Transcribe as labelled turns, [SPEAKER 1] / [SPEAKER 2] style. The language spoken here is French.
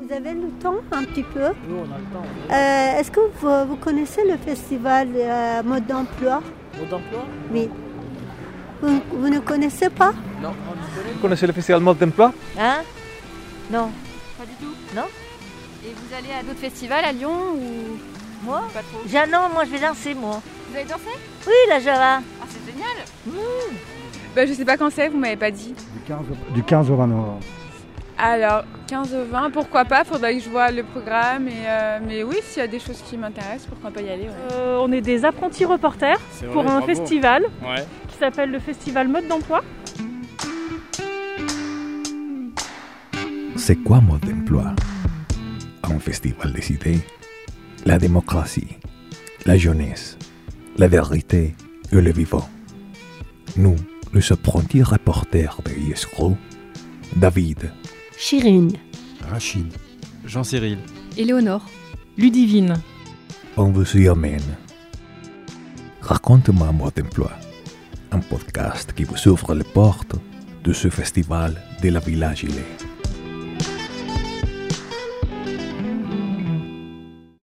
[SPEAKER 1] Vous avez le temps un petit peu Euh,
[SPEAKER 2] Nous, on a le temps. on est là.
[SPEAKER 1] Est-ce que vous, vous connaissez le festival euh, mode d'emploi
[SPEAKER 2] Mode d'emploi
[SPEAKER 1] Oui. Vous, vous ne connaissez pas
[SPEAKER 2] Non. On y connaît.
[SPEAKER 3] Vous connaissez le festival Mode d'Emploi
[SPEAKER 4] Hein Non.
[SPEAKER 5] Pas du tout
[SPEAKER 4] Non.
[SPEAKER 5] Et vous allez à d'autres festivals à Lyon ou Ah
[SPEAKER 4] Moi
[SPEAKER 5] pas trop
[SPEAKER 4] Ja- Non, moi je vais danser, moi.
[SPEAKER 5] Vous avez dansé
[SPEAKER 4] Oui, la Java.
[SPEAKER 5] Ah, c'est génial Mmh.
[SPEAKER 6] Bah, je sais pas quand c'est, vous m'avez pas dit.
[SPEAKER 7] Du 15, au- du 15 au 20 novembre.
[SPEAKER 6] Alors, 15 au 20, pourquoi pas Faudrait que je vois le programme. Et, euh, mais oui, s'il y a des choses qui m'intéressent, pourquoi pas y aller ouais.
[SPEAKER 8] Euh, on est des apprentis reporters pour un festival
[SPEAKER 9] Ouais.
[SPEAKER 8] qui s'appelle le Festival Mode d'Emploi.
[SPEAKER 10] C'est quoi Mode d'emploi Un festival des idées, la démocratie, la jeunesse, la vérité et le vivant. Nous, les apprentis reporters de ISRO, David,
[SPEAKER 1] Chirine.
[SPEAKER 7] Rachid.
[SPEAKER 9] Jean-Cyril.
[SPEAKER 5] Éléonore.
[SPEAKER 11] Ludivine.
[SPEAKER 10] on vous y amène. Raconte-moi Mode d'emploi, un podcast qui vous ouvre les portes de ce festival de la Villa Gilet.